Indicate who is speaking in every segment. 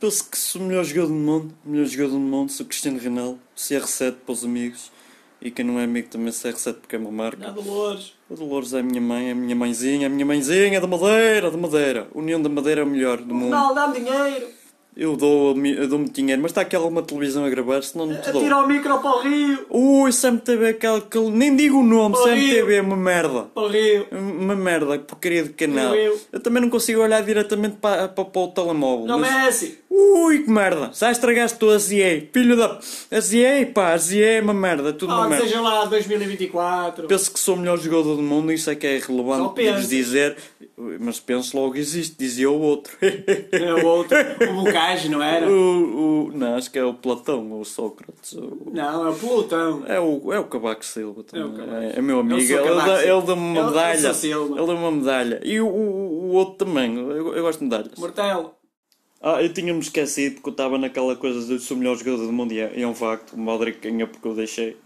Speaker 1: Penso que se o melhor jogador do mundo, o melhor jogador do mundo, se o Cristiano Ronaldo, o CR7 para os amigos e quem não é amigo também CR7 porque é uma marca.
Speaker 2: Não há Dolores.
Speaker 1: O Dolores é a minha mãe, é a minha mãezinha, é a minha mãezinha da Madeira, da Madeira. União da Madeira é o melhor do mundo.
Speaker 2: Ronaldo, dá-me dinheiro.
Speaker 1: Eu dou, eu dou-me dinheiro, mas está aqui alguma televisão a gravar, senão
Speaker 2: Tá
Speaker 1: não te dou.
Speaker 2: Atira o micro para o Rio.
Speaker 1: Ui, CMTV, aquele, aquele, nem digo o nome,
Speaker 2: Para o Rio.
Speaker 1: CMTV é uma merda.
Speaker 2: Para o Rio.
Speaker 1: Uma merda, porcaria de canal.
Speaker 2: Para o Rio.
Speaker 1: Eu também não consigo olhar diretamente para, para, para o telemóvel.
Speaker 2: Não é,
Speaker 1: mas-
Speaker 2: Messi.
Speaker 1: Ui, que merda! Já estragaste tu a ZA, filho da. A ZA, pá, a ZA é uma merda, é tudo uma
Speaker 2: Ah, que
Speaker 1: merda.
Speaker 2: seja lá 2024.
Speaker 1: Penso que sou o melhor jogador do mundo, isso é que é
Speaker 2: Só
Speaker 1: irrelevante
Speaker 2: pensa.
Speaker 1: deves dizer, mas penso logo existe, dizia o outro.
Speaker 2: É o outro. O Bocage, não era?
Speaker 1: o, o- não, acho que é o Platão ou o Sócrates. o-
Speaker 2: Não, é o Plutão.
Speaker 1: é, o, é o Cabaco Silva também.
Speaker 2: É o Cavaco.
Speaker 1: É, é meu amigo,
Speaker 2: Eu sou
Speaker 1: ele,
Speaker 2: Cavaco
Speaker 1: dá-
Speaker 2: Silva.
Speaker 1: ele deu-me
Speaker 2: Eu-
Speaker 1: uma
Speaker 2: eu sou
Speaker 1: medalha.
Speaker 2: Silva.
Speaker 1: Ele deu-me uma medalha. E o, o- o outro também, eu, eu gosto de medalhas.
Speaker 2: Mortelo.
Speaker 1: Ah, eu tinha-me esquecido que eu estava naquela coisa de sou o melhor jogador do mundo e é, e é um facto. O Modric ganhou porque eu deixei.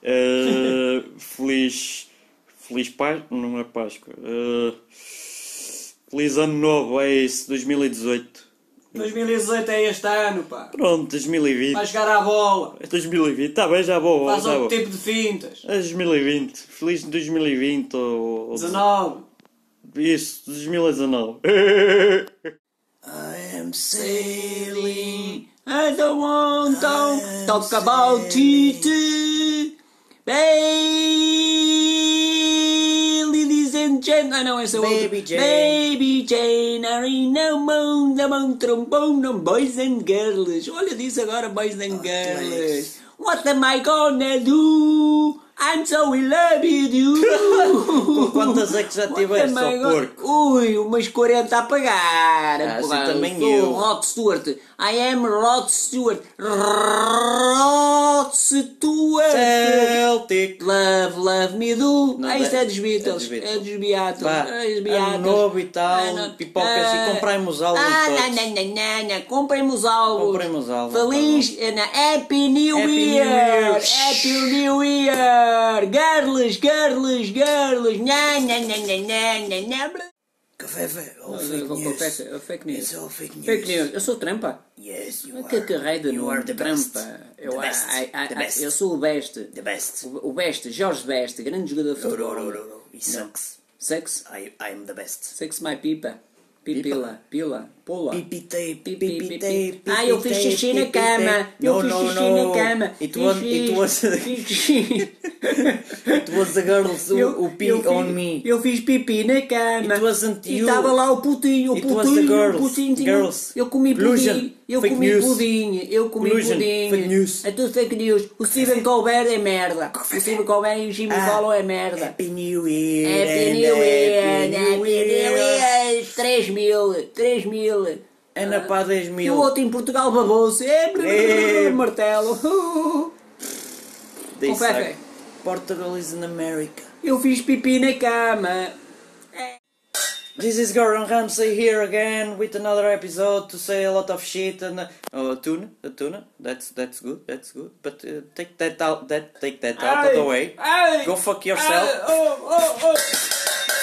Speaker 1: Eh, feliz. Feliz Páscoa. Não é Páscoa. eh, feliz Ano Novo, é isso, 2018.
Speaker 2: 2018 é este ano, pá.
Speaker 1: Pronto, 2020.
Speaker 2: Vai jogar à bola.
Speaker 1: 2020, tá bem, já vou.
Speaker 2: Faz
Speaker 1: já vou.
Speaker 2: outro tipo de fintas.
Speaker 1: É 2020, feliz 2020 ou. ou
Speaker 2: 19.
Speaker 1: Isso, 2019.
Speaker 2: I am sailing. I don't want
Speaker 1: então. Ah,
Speaker 2: to Então, talk about it. Baby, ladies and gent. I know it's a
Speaker 3: Baby
Speaker 2: old-
Speaker 3: Jane.
Speaker 2: Baby Jane, are in a moon, the moon trombone, on boys and girls. Olha disso agora, boys
Speaker 3: Oh,
Speaker 2: and girls. What am I gonna do? I'm so in love with you.
Speaker 3: Quantas é que já tiveste,
Speaker 2: Também
Speaker 3: ó
Speaker 2: agora-
Speaker 3: porco?
Speaker 2: Ui, umas 40 a pagar.
Speaker 3: Ah,
Speaker 2: porra.
Speaker 3: assim também
Speaker 2: Sou
Speaker 3: eu.
Speaker 2: Rod Stewart. I am Rod Stewart. Rod Stewart.
Speaker 3: Celtic!
Speaker 2: Love, love me do.
Speaker 3: Não,
Speaker 2: ah, isto é dos
Speaker 3: é-
Speaker 2: Beatles.
Speaker 3: é dos Beatles.
Speaker 2: É dos Beatles.
Speaker 3: Pá,
Speaker 2: É dos
Speaker 3: ano novo e tal, pipocas e comprai-mos álbuns
Speaker 2: Ah,
Speaker 3: todos.
Speaker 2: não, não, não, não, não. Comprem-nos álbuns.
Speaker 3: Comprem-nos álbuns,
Speaker 2: Feliz. não, Happy New
Speaker 3: tá Happy New
Speaker 2: Year.
Speaker 3: Year.
Speaker 2: Happy New Year. Girls, girls, girls. Não, não, não, não, não, não, não.
Speaker 3: Café, fé, Oh, all
Speaker 2: Eu vou confessar, é fake news.
Speaker 3: It's all fake news.
Speaker 2: Fake news. Eu sou trampa.
Speaker 3: Yes, you
Speaker 2: Mas que carreira de
Speaker 3: You
Speaker 2: nome
Speaker 3: are the best.
Speaker 2: trampa. Eu,
Speaker 3: The
Speaker 2: a-
Speaker 3: best.
Speaker 2: a- a-
Speaker 3: The
Speaker 2: a-
Speaker 3: best.
Speaker 2: eu sou o best.
Speaker 3: The best.
Speaker 2: O o best, Jorge Best, grande jogador de
Speaker 3: No, no, no,
Speaker 2: futebol.
Speaker 3: no, no. It sucks.
Speaker 2: Sex,
Speaker 3: I, I'm the best.
Speaker 2: sex my pipa. Pipila, pila, pula.
Speaker 3: Pipi tape,
Speaker 2: Pi, pi,
Speaker 3: pipi
Speaker 2: pi,
Speaker 3: tape,
Speaker 2: pi. Ah, eu
Speaker 3: pipi
Speaker 2: fiz
Speaker 3: tape,
Speaker 2: xixi na
Speaker 3: pipi
Speaker 2: cama.
Speaker 3: tape.
Speaker 2: Eu
Speaker 3: No,
Speaker 2: fiz
Speaker 3: no,
Speaker 2: xixi na
Speaker 3: no.
Speaker 2: cama.
Speaker 3: It
Speaker 2: Fiz
Speaker 3: was, it
Speaker 2: xixi.
Speaker 3: was, it
Speaker 2: Fiz xixi.
Speaker 3: was the girls who,
Speaker 2: Eu-
Speaker 3: who pee
Speaker 2: eu fiz-
Speaker 3: on me.
Speaker 2: Eu fiz pipi na cama.
Speaker 3: It wasn't
Speaker 2: E
Speaker 3: you.
Speaker 2: estava lá o putinho, o
Speaker 3: It
Speaker 2: putinho,
Speaker 3: was the girls.
Speaker 2: o putinho. tinha-
Speaker 3: Girls.
Speaker 2: Eu comi
Speaker 3: Collusion.
Speaker 2: pudim, eu
Speaker 3: Fake
Speaker 2: comi
Speaker 3: news.
Speaker 2: pudim, eu comi
Speaker 3: Collusion.
Speaker 2: pudim.
Speaker 3: Fake news.
Speaker 2: É tudo fake news. O Steven Colbert é merda. O Steven Colbert e o Jimmy
Speaker 3: Ah,
Speaker 2: Fallon é merda.
Speaker 3: Happy New Year.
Speaker 2: Happy
Speaker 3: and
Speaker 2: New Year,
Speaker 3: Happy New Year.
Speaker 2: Happy New Year. 3 mil, 3 mil. Ah.
Speaker 3: Ana pá 10
Speaker 2: E o
Speaker 3: mil.
Speaker 2: outro em Portugal babou-se. É,
Speaker 3: É.
Speaker 2: martelo.
Speaker 3: They
Speaker 2: Confere.
Speaker 3: suck. Portugal is in America.
Speaker 2: Eu fiz pipi na cama.
Speaker 3: This is Gordon Ramsay here again with another episode to say a lot of shit and uh, oh, tuna, a tuna. That's that's good, that's good. But uh, take that out, that take that out of the way.
Speaker 2: Ai,
Speaker 3: Go fuck yourself.
Speaker 2: ai, oh, oh, oh.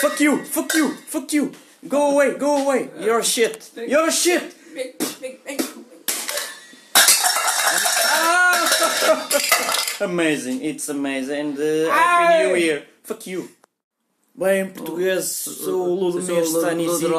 Speaker 3: Fuck you, fuck you, fuck you. Go away, go away. You're shit. You're shit. Amazing, it's amazing. And uh,
Speaker 2: Ai.
Speaker 3: happy new year. Fuck you. Bem, em português, Oh, sou o Ludmir Stanisic.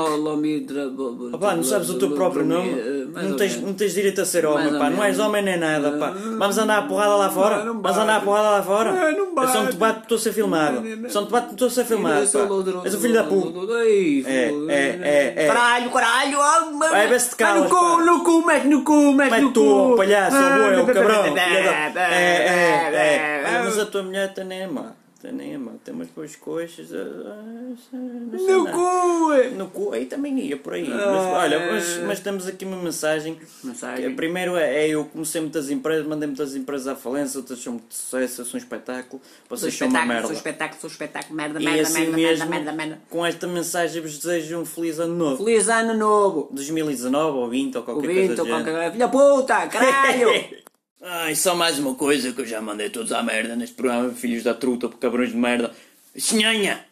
Speaker 3: Pá, não sabes
Speaker 2: eh,
Speaker 3: o teu próprio nome? Não tens, não tens direito a ser homem,
Speaker 2: ou
Speaker 3: pá. Não és
Speaker 2: menos. Eh,
Speaker 3: homem nem nada, pá. Vamos andar a porrada lá fora?
Speaker 2: não
Speaker 3: Vamos andar a
Speaker 2: bate.
Speaker 3: porrada lá
Speaker 2: Ah,
Speaker 3: fora?
Speaker 2: não
Speaker 3: Eu só não
Speaker 2: bate.
Speaker 3: te bato porque estou a ser filmado.
Speaker 2: Não, não, não.
Speaker 3: Só não te bato porque estou a ser filmado, pá. És o filho da puta. É, é, é, é.
Speaker 2: Caralho, caralho, ah, mas-
Speaker 3: Vai, vê se te
Speaker 2: mas
Speaker 3: calas,
Speaker 2: no cu,
Speaker 3: pá.
Speaker 2: no cu, mete no cu, mete
Speaker 3: Mas
Speaker 2: no cu.
Speaker 3: é tu, palhaço,
Speaker 2: Ah,
Speaker 3: ou eu,
Speaker 2: pá, pá,
Speaker 3: cabrão.
Speaker 2: pá,
Speaker 3: filha da-
Speaker 2: pá,
Speaker 3: É,
Speaker 2: pá,
Speaker 3: é,
Speaker 2: pá,
Speaker 3: é.
Speaker 2: pá.
Speaker 3: Mas a tua mulher também é má. Também é má. Tem umas boas coxas. ah, ah, não sei
Speaker 2: No
Speaker 3: nada.
Speaker 2: cu. é.
Speaker 3: No cu, aí também ia por aí.
Speaker 2: Ah,
Speaker 3: mas, olha, mas,
Speaker 2: é.
Speaker 3: mas temos aqui uma mensagem.
Speaker 2: Mensagem.
Speaker 3: Que, primeiro é, é eu comecei muitas empresas, mandei muitas empresas à falência, outras são muito sucesso, eu sou um espetáculo, vocês são uma merda.
Speaker 2: Sou espetáculo, sou espetáculo, merda,
Speaker 3: E
Speaker 2: merda,
Speaker 3: assim
Speaker 2: merda, merda,
Speaker 3: mesmo,
Speaker 2: merda, merda.
Speaker 3: com esta mensagem vos desejo um feliz ano novo.
Speaker 2: Feliz ano novo.
Speaker 3: 2019 ou 20 ou
Speaker 2: O
Speaker 3: qualquer coisa
Speaker 2: Vito,
Speaker 3: do género.
Speaker 2: qualquer filha puta, caralho.
Speaker 3: Ai, só mais uma coisa que eu já mandei todos à merda neste programa, filhos da truta, cabrões de merda. Xinhanha!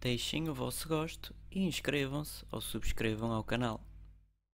Speaker 3: Deixem o vosso gosto e inscrevam-se ou subscrevam ao canal.